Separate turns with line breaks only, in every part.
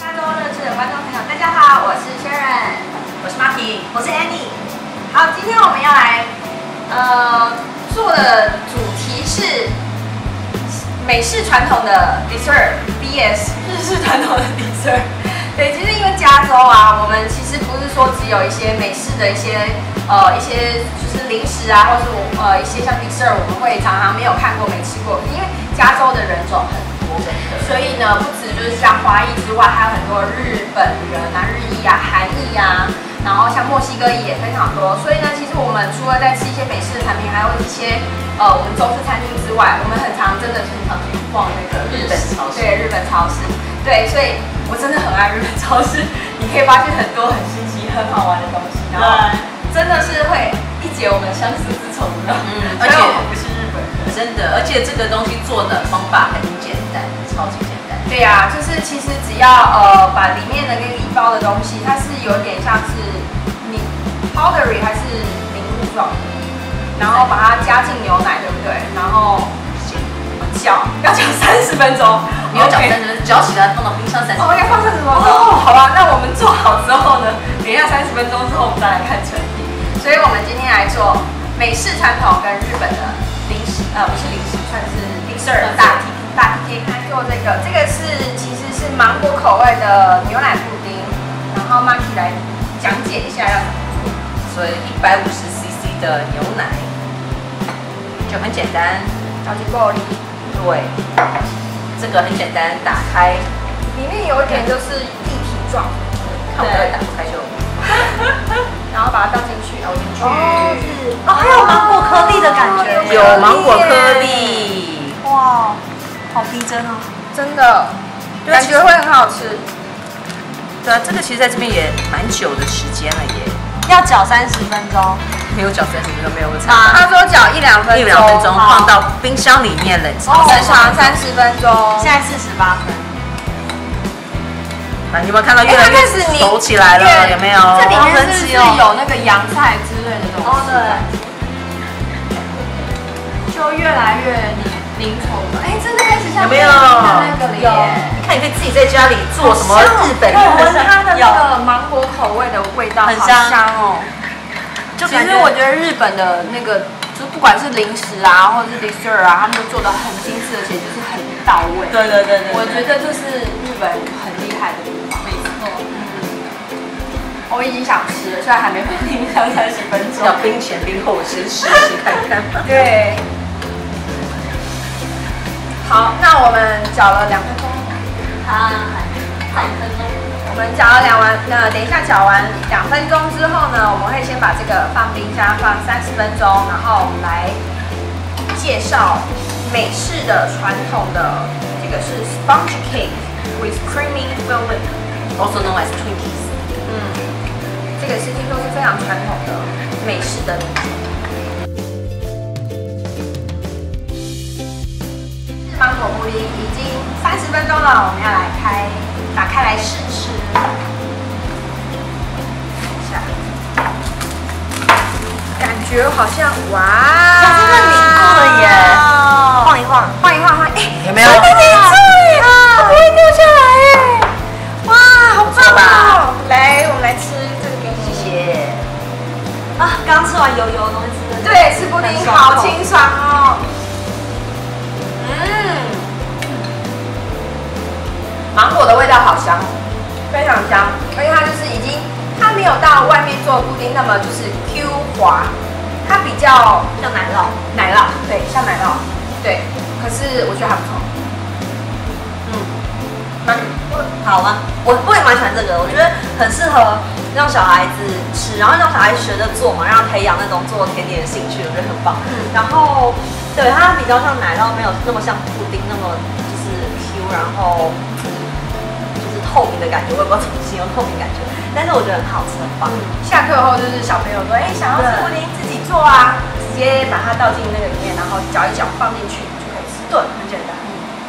大众乐智的观众朋友，大家好，我是 Sharon，
我是 Marky，
我是 Annie。好，今天我们要来呃做的主题是美式传统的 dessert BS 日式传统的 dessert。对， 其实因为加州啊，我们其实不是说只有一些美式的一些呃一些就是零食啊，或是我呃一些像 dessert，我们会常常没有看过没吃过，因为加州的人种很多。
真的，
所以呢，不止就是像华裔之外，还有很多日本人啊、日裔啊、韩裔啊，然后像墨西哥裔也非常多。所以呢，其实我们除了在吃一些美式的产品，还有一些呃我们中式餐厅之外，我们很常真的经常去逛那个
日本超市
对日本超市，对，所以我真的很爱日本超市，你可以发现很多很新奇、很好玩的东西，然后真的是会一解我们相思之愁的。
嗯，
虽
而
然我们
且
不是日本人。
真的，而且这个东西做的方法很简单，超级简单。
对呀、就是其实只要呃把里面的那个一包的东西，它是有点像是凝 powdery 还是凝固状，然后把它加进牛奶，对不对？然后搅，要搅三十分钟，
你要搅
OK
三十，搅起来放到冰箱 三十
哦，要放三十分钟。哦，好吧，那我们做好之后呢，等一下三十分钟之后我们再来看成品。所以我们今天来做美式传统跟日本的零食，呃，不是零食，算是 dessert 大提大提来做这个，这个是其实是芒果口味的牛奶布丁，然后 Marky 来讲解一下要怎么做。
所以一百五十 CC 的牛奶就很简单，
小鸡玻璃
对，这个很简单，打开，
里面有一点就是立体状，
看我到底打不开就。
然后把它倒进去，倒进去
哦，是哦，还有芒果颗粒的感觉，
有芒果颗粒，
哇，好逼真哦。
真的
对
感觉会很好吃。
对啊，这个其实在这边也蛮久的时间了耶，
要搅三十分钟，
没有搅三十分钟，没有
啊，
差
他说搅一两分钟，
一两啊分钟哦
好哦
放到冰箱里面冷藏
正
三十分
常三十分
钟。
钟。
现在四十八分。
啊你有没有看到越来
哎它开
越
始凝
熟起来了？
越
有没有？
这里
好
面
神
是不是
奇哦
有那个洋菜之类的东西？
对，
就越来越凝凝稠了。哎，真的开始像
有没有
那个了耶
有
你看，你可以自己在家里做什么
好香
日
对
本
哦我闻
料理，
它的那个芒果口味的味道，
很
好
香
香哦。
就
其实我觉得日本的那个，就不管是零食啊，或者是 dessert 啊，他们都做的很精致，而且就是很到位。
对对对对
我觉得这是日本很厉害的地方。没错。我已经想吃了，虽然还没放冰箱三十分钟
要。冰前冰后，我先试试看看。
对。好，那我们搅了两分钟，
啊，三分钟。
我们搅了两完，那等一下搅完两分钟之后呢，我们会先把这个放冰箱放三十分钟，然后我们来介绍美式的传统的这个是 sponge cake with creamy filling。
Also known as Twinkies。
嗯，这个是听说是非常传统的美式的零食。是芒果布丁已经三十分钟了，我们要来开，打开来试吃。一下感觉好像哇，
真的凝固了耶
晃一晃，
晃一晃晃，哎，
有没有
真的凝住耶，它不会掉下来耶！哇，好棒
是吧
哦！来，我们来吃这个给你。
谢谢。
啊，刚吃完油油的东西。
对，吃布丁好清爽哦。嗯，芒果的味道好香，非常香，而且它就是已经，它没有到外面做的布丁那么就是 Q 滑，它比较
像奶酪。
奶酪，对，像奶酪，对。可是我觉得还不错，
蛮好啊，我我也蛮喜欢这个，我觉得很适合让小孩子吃，然后让小孩学着做嘛，让他培养那种做甜点的兴趣，我觉得很棒。
嗯
然后对它比较像奶酪，没有那么像布丁那么就是 Q，然后就是透明的感觉，我也不知道怎么形容透明感觉，但是我觉得很好吃，很棒。
下课后就是小朋友说，哎、想要吃布丁自己做啊，直接把它倒进那个里面，然后搅一搅放进去就可以吃，
对，很简单。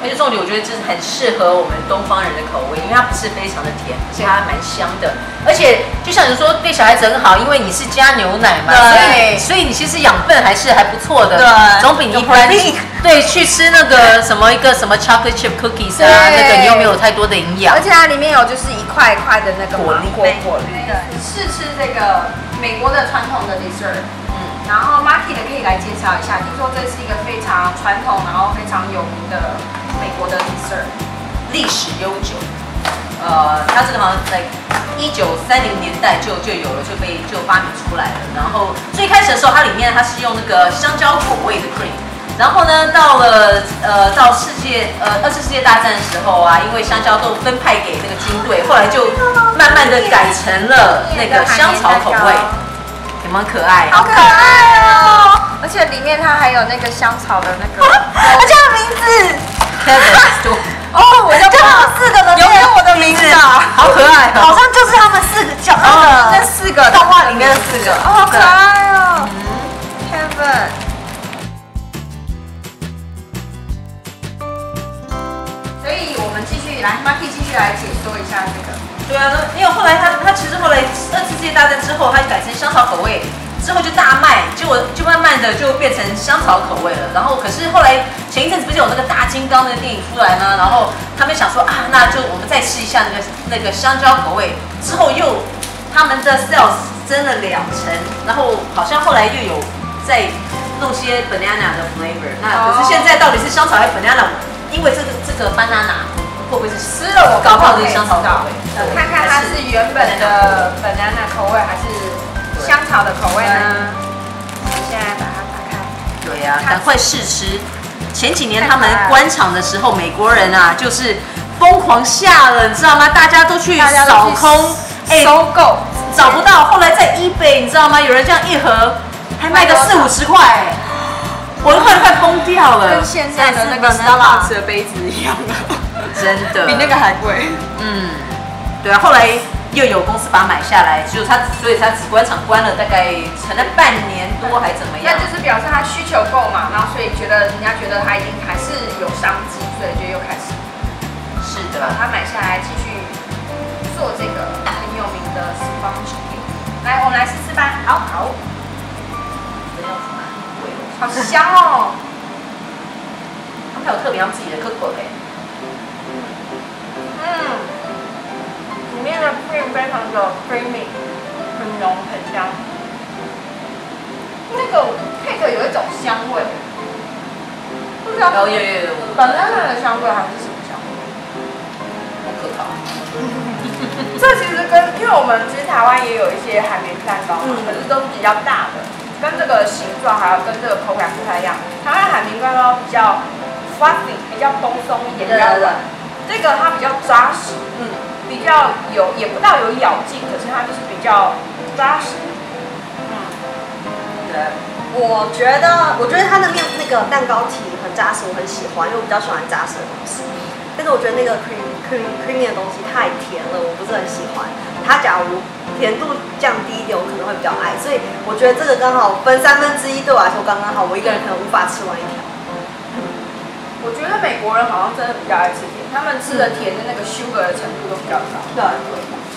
而
而且重点我觉得就是很适合我们东方人的口味，因为它不是非常的甜，所以它蛮香的。而且就像你说，对小孩子很好，因为你是加牛奶嘛，所以
对
所以你其实养分还是还不错的，
对
总比你
有
不然
protein
对去吃那个什么一个什么 chocolate chip cookies 啊，
对
那个你又没有太多的营养
而。且它里面有就是一块一块的那个
果
芒
粒
果果
对
粒的，试吃这个美国的传统的 dessert。
嗯，
然后 Marky 的可以来介绍一下，听说这是一个非常传统，然后非常有名的美国的 dessert。
历史悠久。呃，它这个好像在一九三零年代就就有了，就被就发明出来了。然后最开始的时候，它里面它是用那个香蕉口味的 cream。然后呢，到了呃到世界呃二次世界大战的时候啊，因为香蕉都分派给那个军队，后来就慢慢的改成了那个香草口味，有没有很可爱？
好可爱哦！而且里面它还有那个香草的那个，
我叫名字
Kevin 就
哦，我叫
啊
他们四个的，
有没有
我的名字啊？
好可爱哦！
好像就是他们四个叫那
这
个
四个
动画里面的四个，
哦，好可爱哦，Kevin。所以我们继续来，Marky 继续来解说一下这个。
对啊，那因为后来他他其实后来二次世界大战之后，他改成香草口味，之后就大卖，结果就慢慢的就变成香草口味了。然后可是后来前一阵子不是有那个大金刚的电影出来呢，然后他们想说啊，那就我们再试一下那个那个香蕉口味，之后又他们的 sales 增了两成，然后好像后来又有在弄些 banana 的 flavor，那可是现在到底是香草还是 banana？因为这个这个 banana 会不会是
吃了我
搞不好
可
是
以
香草
知道
口味？
呃看看它是原本的 banana 口味还是香草的口味呢？现在把它打开。
对呀、赶快试吃。前几年他们官场的时候，美国人啊，就是疯狂下了，你知道吗？大家都去
大家
扫
都去
空，哎、
收购
找不到。后来在 eBay，你知道吗？有人这样一盒还卖个
卖多
四
少
五十块、哎我都快快崩掉了
跟。现在的那个
s t a r 的杯子一样，
真的，
比那个还贵。
嗯，对啊。后来又有公司把它买下来，就他，所以他只官场关了大概可能半年多还怎么样
那？就是表示他需求够嘛，然后所以觉得人家觉得他已经还是有商机，所以就又开始
是
把
的。
它买下来，继续做这个很有名的 sponge cake。来，我们来试试吧。好，好，好香哦！
他们还有特别他们自己的 cookbook 哎、
嗯，里面的 cream 非常的 creamy，很浓很香。那个 cake 有一种香味，不知道
有有有有，
本来的香味还是什么香味？
好可怕。
这其实跟因为我们其实台湾也有一些海绵蛋糕嘛，
嗯
可是都是比较大的，跟这个形状还有跟这个口感不太一样。台湾海绵蛋糕比较 fluffy，比较蓬松一点，比较软。这个它比较扎实，
嗯，
比较有也不到有咬劲，可是它就是比较扎实。嗯，
对，啊
我觉得，我觉得它的面那个蛋糕体很扎实，我很喜欢，因为我比较喜欢扎实的东西。但是我觉得那个 cream cream creamy 的东西太甜了，我不是很喜欢。它假如甜度降低一点，我可能会比较爱。所以我觉得这个刚好分三分之一对我来说刚刚好，我一个人可能无法吃完一条。
我觉得美国人好像真的比较爱吃甜，他们吃的甜的那个 sugar 的程度都比较高，
对，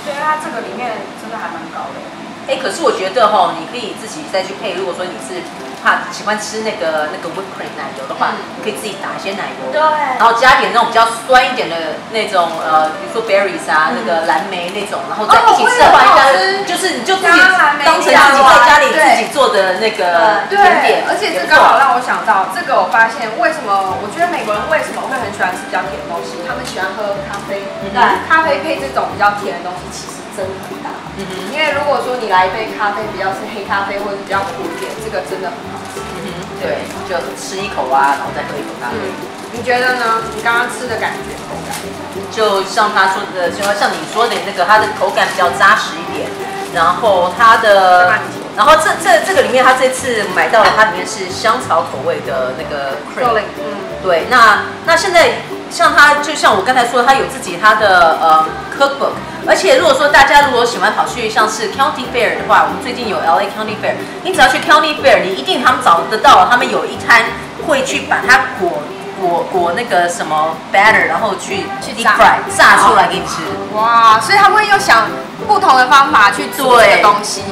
所以它这个里面真的还蛮高的。
哎、可是我觉得哈，你可以自己再去配。如果说你是怕喜欢吃那个那个 whipped cream 奶油的话，
嗯
可以自己打一些奶油，
对
然后加点那种比较酸一点的那种呃，比如说 berries 啊，那
嗯
个蓝莓那种，然后再
哦
一起吃的话，
我也
应
好
该
吃
就是你就自己
加蓝莓
当成自己
酱啊
在家里
对
自己做的那个
对
甜点，，
而且这
也不
刚好
错
让我想到，这个我发现为什么？我觉得美国人为什么会很喜欢吃比较甜的东西？他们喜欢喝咖啡，
嗯
对，咖啡配这种比较甜的东西，其实真的很搭。
嗯哼
因为如果说你来一杯咖啡，比较是黑咖啡或者比较苦一点，这个真的很好吃。
嗯哼，对，就吃一口啊，然后再喝一口咖啡。
嗯，你觉得呢？你刚刚吃的感觉口感？
就像他说的，就像你说的那个，它的口感比较扎实一点，然后它的，然后这这这个里面，它这次买到了，它里面是香草口味的那个 cream，
嗯，
对，那那现在像他，就像我刚才说，他有自己他的呃 cookbook，而且如果说大家如果喜欢跑去像是 county fair 的话，我们最近有 LA county fair，你只要去 county fair，你一定他们找得到，他们有一摊会去把它裹裹裹那个什么 batter，然后去
去
deep
炸
fry 炸出来给你吃。
哇，所以他们会又想不同的方法去做这
对
个东西，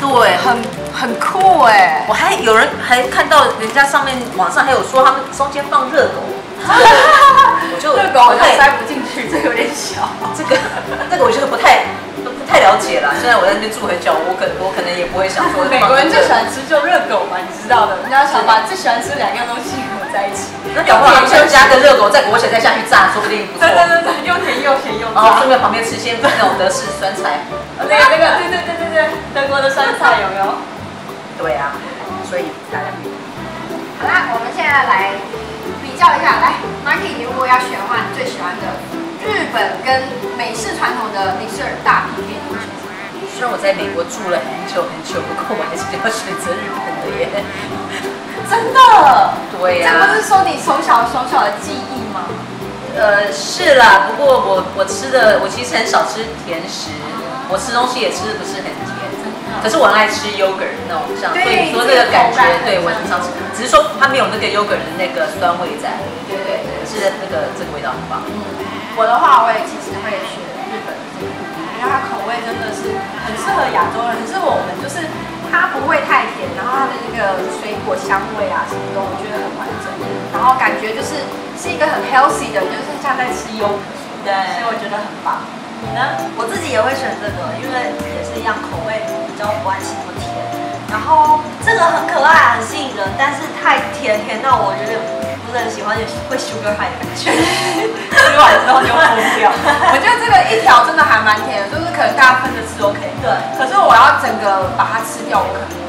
对，
很很酷哎、
我还有人还看到人家上面网上还有说他们中间放热狗，我就
这个狗
不
我
太
塞不进去，这个有点小。
这个 这个我就是不太不不太了解啦。虽然我在那边住很久，我可我可能也不会想说
美国人最喜欢吃就热狗嘛，你知道的，人家想把最喜欢吃的两样东西合在一起。
那搞不好就加个热狗，再裹起来再下去炸，说不定不错
对。对对对，又甜又甜又
然后
炸。
顺便旁边吃些那种德式酸菜。
那个那个，哦对对对对对，德国的酸菜有没有？
对啊，所以大家
好啦，我们现在来比较一下，来 m a r k y 如果要选的话，你最喜欢的日本跟美式传统的 dessert 大比拼，
虽然我在美国住了很久很久，不过我还是比较选择日本 的耶。
真的？
对啊呀、
这不是说你从小从小的记忆吗？
呃，是啦，不过我我吃的我其实很少吃甜食，我吃东西也吃的不是很甜，可是我很爱吃 yogurt 那种像，
对
所以说这个感觉
这个口感
对我很常吃，只是说它没有那个 yogurt 的那个酸味在，
对对对。
可是那个这个味道很棒。
我的话，我也其实会选日本这个，因为它口味真的是很适合亚洲人，很适合我们，就是它不会太甜，然后它的那个水果香味啊什么的，我觉得很完整，然后感觉就是是一个很 healthy 的，就是像在吃优格，
对
所以我觉得很棒。你呢？
我自己也会选这个，因为也是一样口味比较不爱吃那么甜。然后这个很可爱，很吸引人，但是太甜甜到我有点不是很喜欢，也会 sugar high 的感觉。
吃完之后就疯 掉。我觉得这个一条真的还蛮甜的，就是可能大家分着吃 OK。
对，
可是我要整个把它吃掉，我可能啊